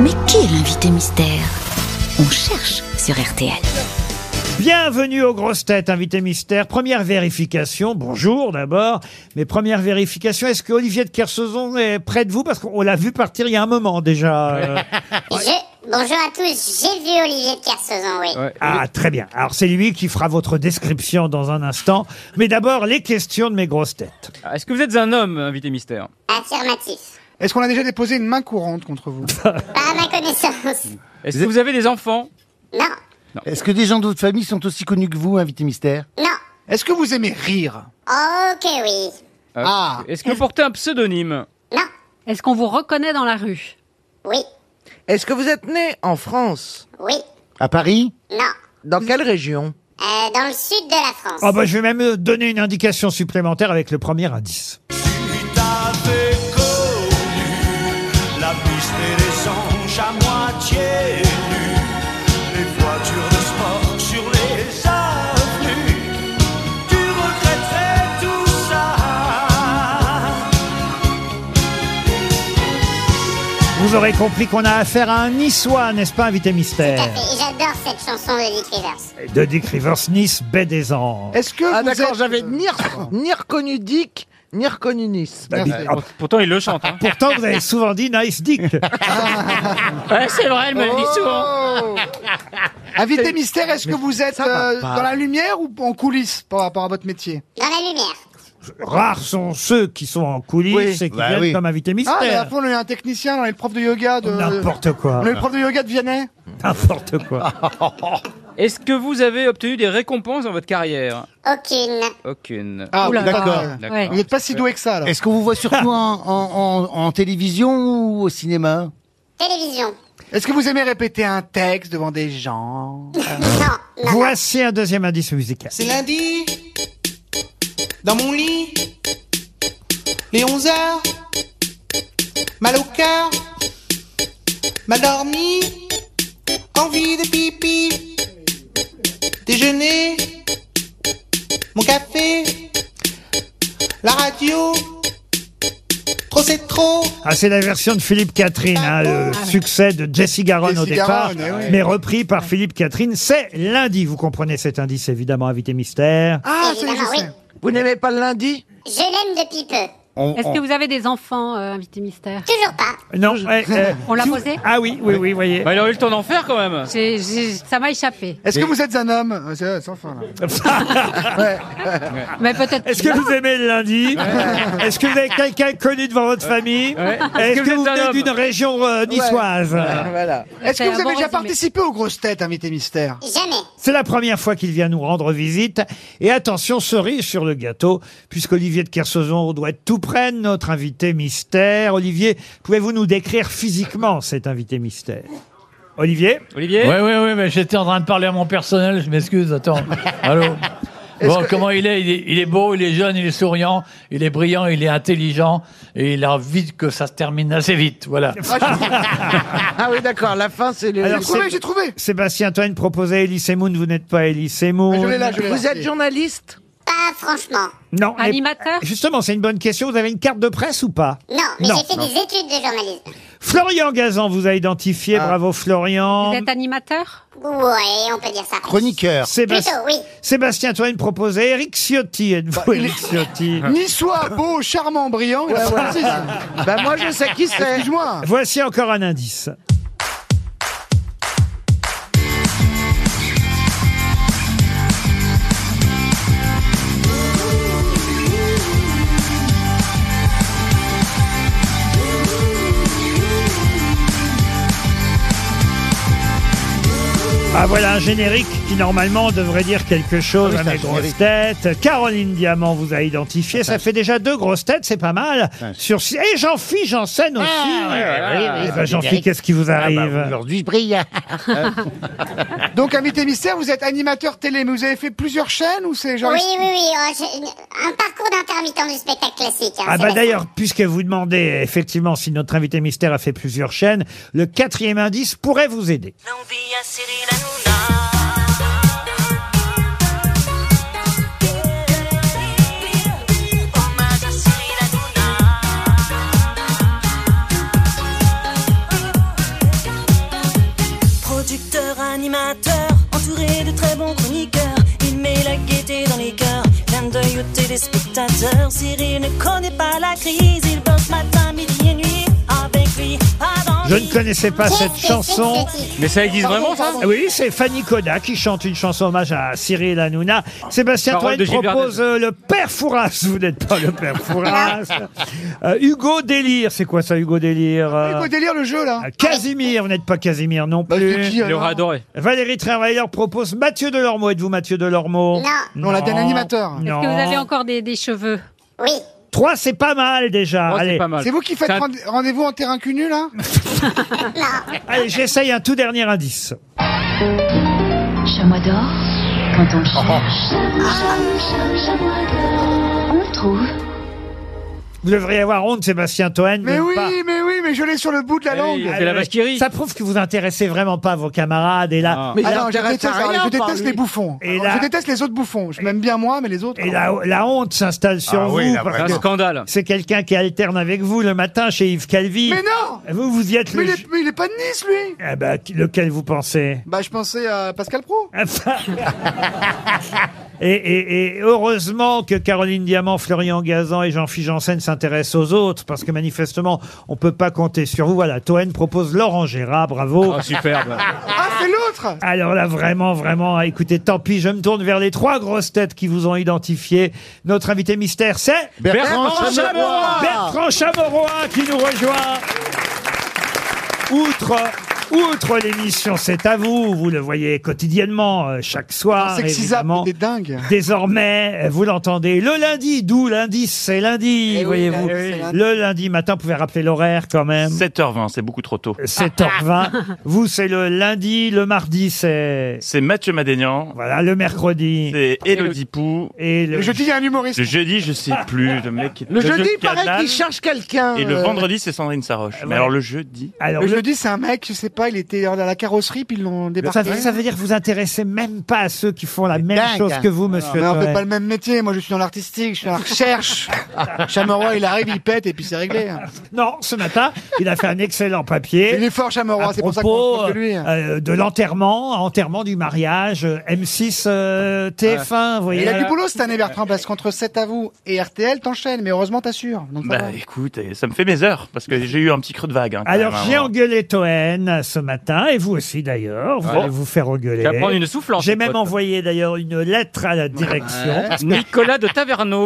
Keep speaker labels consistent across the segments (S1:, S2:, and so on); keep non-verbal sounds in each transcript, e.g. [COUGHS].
S1: Mais qui est l'invité mystère On cherche sur RTL.
S2: Bienvenue aux grosses têtes, invité mystère. Première vérification, bonjour d'abord. Mais première vérification, est-ce que Olivier de Kersauzon est près de vous Parce qu'on l'a vu partir il y a un moment déjà. euh.
S3: Je- Bonjour à tous, j'ai vu Olivier de Kersauzon, oui.
S2: Ah, très bien. Alors c'est lui qui fera votre description dans un instant. Mais d'abord, les questions de mes grosses têtes.
S4: Ah, Est-ce que vous êtes un homme, invité mystère
S3: Affirmatif.
S5: Est-ce qu'on a déjà déposé une main courante
S6: [LAUGHS]
S5: contre vous
S3: Pas à ma connaissance.
S4: Est-ce que vous avez des enfants
S3: Non,
S7: Est-ce que des gens de votre famille sont aussi connus que vous, invité mystère
S3: non.
S5: Est-ce que vous aimez rire
S3: Ok, oui.
S4: Euh,
S5: Ah.
S4: Est-ce que vous portez un pseudonyme
S3: Non,
S8: Est-ce qu'on vous reconnaît dans la rue
S3: oui,
S6: Est-ce que vous êtes né en France
S3: oui,
S7: À Paris
S3: non.
S6: Dans quelle région
S3: Euh, dans le sud de la France.
S6: Oh,
S2: Ah bah, je vais même donner une indication supplémentaire avec le premier indice.
S9: t'avais connu La piste et les anges à moitié nus Les voitures de sport sur les avenues Tu regretterais tout ça
S2: Vous aurez compris qu'on a affaire à un niçois, n'est-ce pas, invité mystère
S3: Tout à fait. Et J'adore cette chanson de Dick Rivers.
S2: De Dick Rivers, Nice, baie des anges.
S5: Est-ce que
S6: Ah
S5: vous
S6: d'accord,
S5: êtes-
S6: j'avais ni, re- [LAUGHS] ni reconnu Dick, ni reconnu
S7: Eh,
S6: Nice.
S7: Bah,
S2: Ah,
S5: Merci.
S2: ah,
S4: Pourtant, il le chante. Hein.
S2: Pourtant, vous avez souvent dit Nice Dick.
S4: ouais, c'est vrai, elle me le dit souvent.
S5: euh, Invité mystère, est-ce que vous êtes
S6: ça va
S5: euh,
S6: pas.
S5: dans la lumière ou en coulisses par rapport à votre métier
S3: Dans la lumière.
S2: Rares sont ceux qui sont en coulisses
S6: Oui.
S2: et qui
S7: Bah
S2: viennent
S7: oui.
S2: comme invités
S5: Ah, mais à
S2: mystères.
S5: fond, on a eu un technicien, on a eu le prof de yoga de...
S2: N'importe quoi.
S5: On a eu le prof de yoga de Vianney
S2: N'importe quoi.
S4: Est-ce que vous avez obtenu des récompenses dans votre carrière
S3: Aucune.
S4: Aucune.
S5: Ah,
S8: Oula.
S7: D'accord.
S5: euh,
S4: D'accord.
S8: ouais.
S5: Vous n'êtes pas si doué que ça, alors.
S7: Est-ce qu'on vous voit surtout en, en- en- en télévision ou au cinéma
S3: Télévision.
S5: Est-ce que vous aimez répéter un texte devant des gens
S3: non, non, non.
S2: Voici un deuxième indice musical.
S9: C'est lundi, dans mon lit, les 11 heures, mal au cœur, mal dormi, envie de pipi, déjeuner, mon café, la radio, trop c'est trop.
S2: Ah, c'est la version de Philippe Catherine, hein, le succès de Jessie Garonne au
S5: Jessie
S2: départ,
S5: Garonne, eh oui.
S2: mais repris par Philippe Catherine. C'est lundi, vous comprenez cet indice évidemment, invité mystère.
S5: Ah, ça y est,
S3: Évidemment,
S5: je
S3: oui.
S5: sais.
S6: Vous n'aimez pas le lundi
S3: Je l'aime depuis peu.
S8: Est-ce que vous avez des enfants, euh, invité mystère
S3: Toujours pas.
S2: Non, eh, eh,
S8: On l'a
S2: si vous-
S8: posé
S2: Ah oui, oui, oui, voyez.
S4: Bah, il aurait eu le temps d'en faire quand même.
S8: J'ai- j'ai- Ça m'a échappé.
S5: Est-ce que vous êtes un homme Euh, C'est sans fin, là.
S8: Mais
S2: [LAUGHS]
S8: peut-être.
S2: Est-ce que vous aimez le lundi Est-ce que vous avez quelqu'un connu de votre famille Est-ce que, vous
S4: êtes un
S2: venez
S4: homme
S2: d'une région euh, niçoise
S6: Voilà.
S5: Est-ce que
S8: C'est
S5: vous
S8: un
S5: avez
S8: bon
S5: déjà
S8: résumé.
S5: participé aux grosses têtes, invité mystère
S3: Jamais.
S2: C'est la première fois qu'il vient nous rendre visite. Et attention, cerise sur le gâteau, puisqu'Olivier de Kersauzon doit être tout près de notre invité mystère. Olivier, pouvez-vous nous décrire physiquement cet invité mystère Olivier
S4: Olivier
S10: Ouais, ouais, ouais, mais j'étais en train de parler à mon personnel, je m'excuse, attends. Allô Bon, comment il est, il est il est beau, il est jeune, il est souriant, il est brillant, il est intelligent, et il a envie que ça se termine assez vite, voilà.
S6: Ah oui d'accord, la fin c'est le...
S5: J'ai
S2: Alors,
S5: trouvé,
S2: c'est-
S5: j'ai trouvé
S2: Sébastien Toine proposait Elie Semoun, vous n'êtes pas Elie Semoun.
S5: Je l'ai là, je l'ai là.
S6: Vous êtes journaliste
S3: Pas franchement.
S2: Non, mais-
S8: Animateur
S2: Justement, c'est une bonne question. Vous avez une carte de presse ou pas
S3: Non, mais
S2: Non,
S3: j'ai fait des études de journalisme.
S2: Florian Gazan vous a identifié. Bravo, Florian.
S8: Ah. Vous êtes animateur
S3: Ouais, on peut dire ça.
S7: Chroniqueur.
S2: Sébast-
S3: Plutôt, oui.
S2: Sébastien Toine proposait Eric Ciotti. Êtes-vous
S8: Bah,
S2: Eric Ciotti
S8: [LAUGHS]
S5: Niçois, beau, charmant, brillant. il a pas pensé, ça.
S6: Bah moi je sais qui c'est.
S5: Excuse-moi.
S2: Voici encore un indice. Ah voilà un générique qui normalement devrait dire quelque chose
S7: Ah oui,
S2: à
S7: c'est
S2: mes
S7: un
S2: grosses têtes. Caroline Diamant vous a identifié, ça fait déjà deux grosses têtes, c'est pas mal. Sur si- et Jean-Phi Janssen aussi. Eh ben, Jean-Phi, qu'est-ce qui vous
S7: Ah,
S2: arrive
S7: bah, Aujourd'hui, je brille.
S5: Donc, invité mystère, vous êtes animateur télé, mais vous avez fait plusieurs chaînes ou c'est genre.
S3: Oui, oui, oui. oh, j'ai- un parcours d'intermittent du spectacle classique. hein,
S2: Ah bah
S3: Sébastien.
S2: d'ailleurs, puisque vous demandez effectivement si notre invité mystère a fait plusieurs chaînes, le quatrième indice pourrait vous aider.
S11: animateur, entouré de très bons chroniqueurs. Il met la gaieté dans les cœurs, clin d'œil au téléspectateurs. Cyril ne connaît pas la crise, il bosse matin, midi et nuit. Avec lui, pas d'ennui.
S2: Je ne connaissais pas cette chanson.
S4: Mais ça existe vraiment, ça
S2: Ah Oui, c'est Fanny Coda qui chante une chanson hommage à Cyril Hanouna. Sébastien
S4: Parole
S2: Toine
S4: de Gilbert
S2: propose euh, le Père Fouras. Vous n'êtes pas le
S5: [LAUGHS]
S2: Père Fouras. Euh, Hugo Délire, c'est quoi ça, Hugo Délire euh,
S5: Hugo Délire, Bah, le jeu, là.
S2: euh, Casimir, vous n'êtes pas Casimir non
S5: c'est
S2: plus.
S5: qui,
S4: Il
S5: alors
S4: aurait adoré.
S2: Valérie Travailleur propose Mathieu Delormeau. Êtes-vous Mathieu Delormeau
S3: Non.
S5: Non, la d'un animateur.
S8: Est-ce
S2: Non.
S8: que vous avez encore des, des cheveux
S3: Oui.
S2: Trois, c'est pas mal déjà.
S4: Oh,
S2: Ah, allez,
S4: c'est pas mal.
S5: C'est vous qui faites
S4: Ça-
S5: rende- rendez-vous en terrain cunu, là
S2: allez j'essaye un tout dernier indice.
S1: Chamois d'or, quand on le cherche, on le trouve.
S2: Vous devriez avoir honte, Sébastien Toen. de
S5: Mais
S2: ne
S5: oui,
S2: pas-
S5: mais oui, mais je l'ai sur le bout de la
S4: Eh
S5: langue.
S4: oui. C'est la vache qui rit.
S2: Ça prouve que vous intéressez vraiment pas vos camarades. Et là,
S4: Ah.
S5: Ah non, je
S7: j'arrête
S5: déteste,
S7: à rien
S5: je
S7: par
S5: déteste
S7: lui.
S5: les bouffons.
S2: Et là-
S5: Je déteste les autres bouffons. Je m'aime bien moi, mais les autres.
S2: Et la, la honte s'installe sur
S12: Ah
S2: vous.
S12: oui, là,
S2: parce
S4: C'est un
S2: que
S4: scandale.
S2: c'est quelqu'un qui alterne avec vous le matin chez Yves Calvi.
S5: Mais non
S2: Vous, vous y êtes
S5: mais
S2: le...
S5: il, est, mais il est pas de Nice, lui
S2: Eh ben, qui- lequel vous pensez
S5: Bah, je pensais à Pascal Pro.
S2: et, et- et heureusement que Caroline Diamant, Florian Gazan et Jean-Philippe Janssen s'intéressent aux autres, parce que manifestement, on peut pas compter sur vous. Voilà, Toen propose Laurent Gérard, bravo.
S4: Oh, superbe.
S5: Ah, c'est l'autre
S2: Alors là, vraiment, vraiment, écoutez, tant pis, je me tourne vers les trois grosses têtes qui vous ont identifié. Notre invité mystère, c'est...
S7: Bertrand Chameroy.
S2: Bertrand Chamorrois qui nous rejoint. Outre. Outre l'émission, c'est à vous. Vous le voyez quotidiennement, euh, chaque soir,
S5: C'est que Sisa,
S2: évidemment.
S5: des dingues.
S2: Désormais, euh, vous l'entendez le lundi, d'où lundi, c'est lundi,
S5: Eh oui,
S2: voyez-vous.
S5: lundi, c'est lundi.
S2: Le lundi matin, vous pouvez rappeler l'horaire quand même.
S12: 7h20, c'est beaucoup trop tôt.
S2: 7h20.
S5: [LAUGHS]
S2: vous, c'est le lundi, le mardi, c'est
S12: C'est Mathieu Madénian,
S2: voilà le mercredi
S12: c'est Elodie Pou.
S2: et
S5: Le
S2: le
S5: jeudi, il y a un humoriste.
S12: Le jeudi, je sais plus, le mec est-
S6: Le jeudi, il paraît
S12: Canal.
S6: qu'il cherche quelqu'un.
S12: Et le
S6: euh,
S12: vendredi, c'est Sandrine Saroche. Mais
S2: voilà.
S12: alors le jeudi,
S2: alors
S5: Le
S2: le-
S5: jeudi, c'est un mec, je sais pas, il était à la carrosserie, puis ils l'ont
S2: Ça,
S5: débarqué.
S2: veut- ça veut dire que vous intéressez même pas à ceux qui font la même
S7: dingue.
S2: chose que vous, monsieur.
S5: Mais on fait
S2: Toen.
S5: pas le même métier. Moi, je suis dans l'artistique, je suis dans
S2: [LAUGHS]
S5: la recherche. Chameroy, il arrive, il pète, et puis c'est réglé.
S2: Non, ce matin, il a fait un excellent papier.
S5: Il est fort, Chameroy,
S2: à
S5: c'est pour ça qu'on se
S2: propos
S5: moque de lui. hein.
S2: euh, de l'enterrement, enterrement du mariage euh, M6 euh, TF1, vous voyez.
S5: Il a du boulot cette année, Bertrand, parce qu'entre 7 à vous et RTL, t'enchaînes, mais heureusement, t'assures. Donc, ça va.
S12: bah écoute, eh, ça me fait mes heures parce que j'ai eu un petit creux de vague. hein, quand
S2: Alors
S12: même, hein,
S2: j'ai
S12: vraiment.
S2: engueulé Toen ce matin et vous aussi d'ailleurs, vous
S4: Ouais.
S2: allez vous faire engueuler.
S4: Tu vas prendre une soufflante.
S2: J'ai
S4: mon
S2: même
S4: pote.
S2: envoyé d'ailleurs une lettre à la direction.
S4: Nicolas de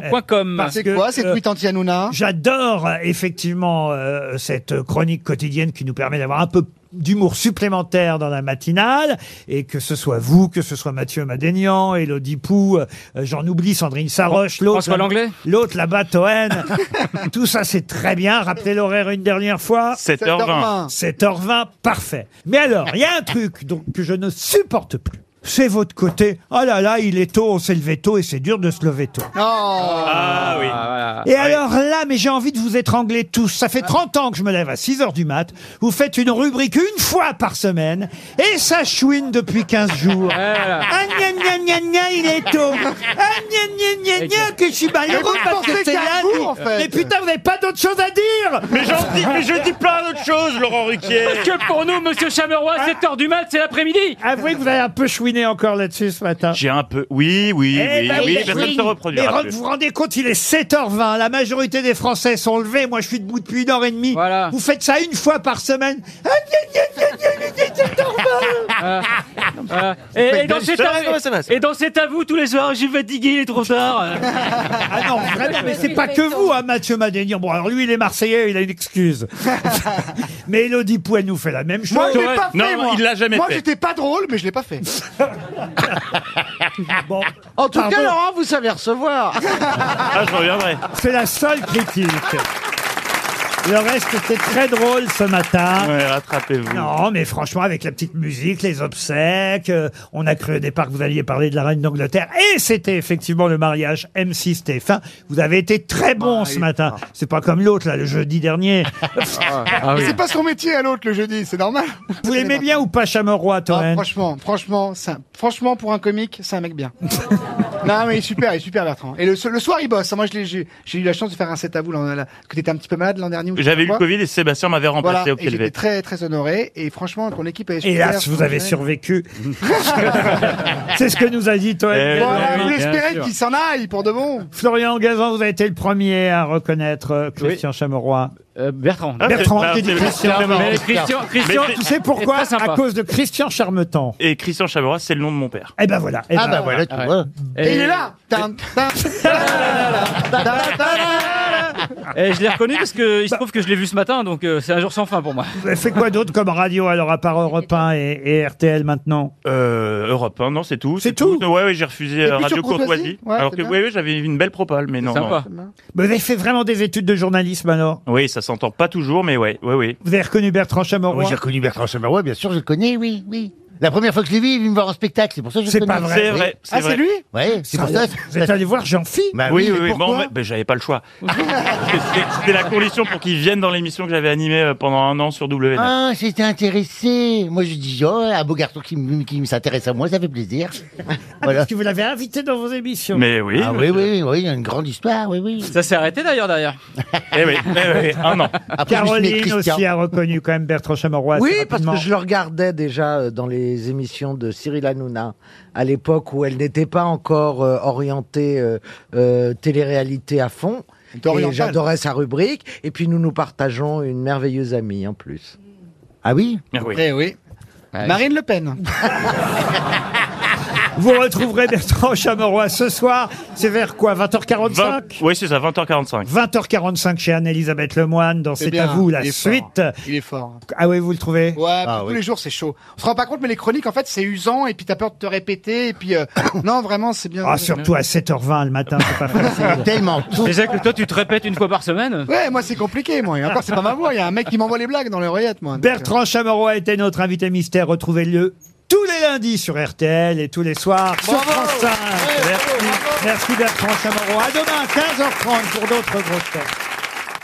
S4: Taverneau.com.
S2: Parce
S5: C'est
S2: que,
S5: quoi C'est
S2: euh,
S5: tweet anti-Hanouna
S2: J'adore euh, effectivement euh, cette chronique quotidienne qui nous permet d'avoir un peu d'humour supplémentaire dans la matinale et que ce soit vous, que ce soit Mathieu Madénian, Elodie Pou, euh, j'en oublie Sandrine Saroche, l'autre,
S4: François Langlais
S2: l'autre là-bas
S4: [LAUGHS]
S2: Toen, tout ça c'est très bien. Rappelez l'horaire une dernière fois.
S12: 7h20.
S2: 7h20, parfait. Mais alors, il y a un truc donc, que je ne supporte plus. C'est votre côté. Oh là là, il est tôt, on s'est levé tôt et c'est dur de se lever tôt.
S5: Non
S12: Ah oui.
S4: Ah,
S2: Et alors là, mais j'ai envie de vous étrangler tous. Ça fait 30 ans que je me lève à 6 heures du mat. Vous faites une rubrique une fois par semaine et ça chouine depuis 15 jours.
S4: voilà.
S2: Ah, gna, gna, gna, gna, il est tôt. Ah, gna, gna, gna, gna, que je suis malheureux
S5: vous
S2: parce que
S5: pensez
S2: c'est
S5: qu'à
S2: lundi.
S5: vous, en fait.
S2: Mais putain, vous n'avez pas d'autre chose à dire
S12: Mais j'en dis, mais je dis plein d'autres choses, Laurent Ruquier.
S4: Parce que pour nous, monsieur Chameroy, 7h du mat, c'est l'après-midi.
S2: Avouez que vous avez un peu chouiné encore là-dessus ce matin.
S12: J'ai un peu. Oui, oui,
S2: Eh
S12: oui,
S2: ben
S12: oui,
S2: oui,
S12: mais ça ne
S2: oui.
S12: se
S2: Mais
S12: reproduira
S2: re-
S12: plus.
S2: vous vous rendez compte, il est 7h20. La majorité des Français sont levés. Moi, je suis debout depuis une heure et demie.
S4: Voilà.
S2: Vous faites ça une fois par semaine. Ah, gna, gna, gna, gna, gna, gna, 7h20.
S4: Euh, et, et dans cet
S12: Ça va, ça va, ça va, ça va.
S4: et dans cet à vous, tous les soirs, j'y vais diguer, il est trop tard.
S2: Ah non, vraiment, mais c'est pas que vous, hein, Mathieu Madénian. Bon, alors lui, il est Marseillais, il a une
S5: [LAUGHS]
S2: excuse. mais Elodie Pouet nous fait la même chose.
S5: Moi, je l'ai pas fait,
S12: Non,
S5: moi.
S12: il l'a jamais
S5: Moi,
S12: fait.
S5: j'étais pas drôle, mais je l'ai pas
S7: [LAUGHS]
S5: fait.
S2: Bon,
S6: En tout
S2: Pardon.
S6: cas, Laurent, vous savez recevoir.
S12: Ah, je reviendrai.
S2: c'est la seule critique. Le reste était très drôle ce matin.
S12: Ouais, rattrapez-vous.
S2: Non, mais franchement, avec la petite musique, les obsèques, euh, on a cru au départ que vous alliez parler de la reine d'Angleterre. Et c'était effectivement le mariage M6 TF1. Vous avez été très bon ce matin. C'est pas comme l'autre, là, le jeudi dernier.
S5: Mais C'est pas son métier à l'autre le jeudi, c'est normal.
S2: vous l'aimez bien ou pas, Chamorrois,
S5: Ah,
S2: Toen
S5: franchement, franchement, c'est un- franchement, pour un comique, c'est un mec bien. [LAUGHS] Non, mais il est super, il est super, Bertrand. Et le, so- le soir, il bosse. Moi, je l'ai- j'ai j'ai eu la chance de faire un set à vous, l'an- la- parce que t'étais un petit peu malade l'an dernier. ou je sais
S12: J'avais
S5: pas
S12: eu le
S5: quoi.
S12: Covid et Sébastien m'avait remplacé
S5: Voilà,
S12: au
S5: et j'étais
S12: Calvet.
S5: très, très honoré. Et franchement, ton équipe est super.
S2: Hélas, vous avez
S5: franchement.
S2: survécu. C'est ce que nous a dit Toen.
S5: Eh Voilà,
S2: Bellamy.
S5: vous l'espérez qu'il s'en aille pour de bon.
S2: Florian Gazan, vous avez été le premier à reconnaître euh, Christian Chameroy.
S4: Euh,
S2: Bertrand.
S12: Ah,
S2: Bertrand,
S12: c'est-
S2: j'ai dit
S12: c'est-
S2: Christian.
S12: c'est-
S2: pardon.
S12: mais Christian- Christian
S2: tu sais pourquoi
S12: est très sympa.
S2: À cause de Christian Charmetan.
S12: Et Christian Chameroy, c'est le nom de mon père.
S2: Eh ben voilà. eh
S12: Ah
S2: ben
S12: bah voilà, tu
S2: Ah ouais.
S12: vois.
S5: Et il est là Tin, tin,
S12: [LAUGHS]
S4: Et je l'ai reconnu parce que il se trouve que je l'ai vu ce matin, donc euh, c'est un jour sans fin pour moi.
S2: Vous avez fait quoi d'autre comme radio alors à part Europe 1 et, et RTL maintenant
S12: Euh, Europe 1, non, c'est tout. C'est tout, Ouais, ouais, j'ai refusé euh,
S2: puis
S12: Radio
S2: sur Courtoisie
S12: Courtoisie.
S2: Ouais,
S12: alors
S2: c'est
S12: que,
S2: bien.
S12: ouais, ouais, j'avais une belle propale, mais non.
S2: sympa.
S12: non.
S2: Vous avez fait vraiment des études de journalisme alors
S12: Oui, ça s'entend pas toujours, mais ouais, ouais, ouais.
S2: Vous avez reconnu Bertrand Chamorro
S7: Ah Oui, j'ai reconnu Bertrand Chameroy, bien sûr, je le connais, oui, oui. La première fois que je l'ai vu, il est venu me voir en spectacle, c'est pour ça que je
S2: C'est
S7: le connais.
S2: pas vrai. C'est vrai,
S7: Oui.
S2: c'est Ah, c'est vrai. lui
S7: Oui, c'est pour ça.
S2: Sérieux Vous êtes allé voir Ah, Jean-Phi
S7: Bah
S12: Ah oui, oui,
S7: mais
S12: oui.
S7: pourquoi
S12: Bon, ouais, ben, j'avais pas le choix. C'était- C'était la condition pour qu'il vienne dans l'émission que j'avais animée euh, pendant un an sur W9.
S7: Ah, j'étais intéressé. Moi, je dis, oh, un beau garçon qui, m- qui s'intéresse à moi, ça fait plaisir. [LAUGHS] voilà.
S2: Parce que vous l'avez invité dans vos émissions.
S12: Mais oui.
S7: Ah, oui, oui, oui, il y a une grande histoire, oui, oui.
S4: Ça s'est arrêté d'ailleurs derrière.
S12: Eh oui, eh oui, un an.
S7: Après, je me suis mis avec
S2: Caroline
S7: Christian.
S2: aussi a reconnu quand même Bertrand Chamorroy.
S6: Oui,
S2: assez
S6: parce
S2: rapidement.
S6: que je le regardais déjà euh, dans les émissions de Cyril Hanouna, à l'époque où elle n'était pas encore euh, orientée euh, euh, télé-réalité à fond. Et
S5: orientale.
S6: j'adorais sa rubrique. Et puis nous nous partageons une merveilleuse amie en plus. Ah oui
S5: Eh oui. Marine Le Pen.
S2: Vous retrouverez Bertrand Chamorroy ce soir. C'est vers quoi 20h45
S12: Oui, c'est ça, 20h45.
S2: 20h45 chez Anne-Elisabeth Lemoine dans
S5: C'est
S2: C'est à
S5: Eh bien,
S2: vous la
S5: il est
S2: suite.
S5: fort. Il est fort.
S2: Ah oui, vous le trouvez
S5: Ouais, tous les jours c'est chaud. On se rend pas compte, mais les chroniques en fait c'est usant et puis t'as peur de te répéter et
S2: [COUGHS]
S5: puis euh, non vraiment c'est bien.
S2: Ah, surtout à 7h20 le matin, c'est
S6: [LAUGHS]
S2: pas
S5: [LAUGHS]
S2: facile.
S7: Tellement.
S4: Déjà que toi tu te répètes une fois par semaine.
S5: Ouais, moi c'est compliqué moi. Et encore c'est pas ma voix, il y a un mec qui m'envoie les blagues dans l'oreillette moi. Donc,
S2: Bertrand Chamorroy était notre invité mystère. Retrouvez-le tous les lundis sur RTL et tous les soirs sur France 5. Merci, Merci Bertrand Chamorroy. À demain, 15h30 pour d'autres grosses têtes.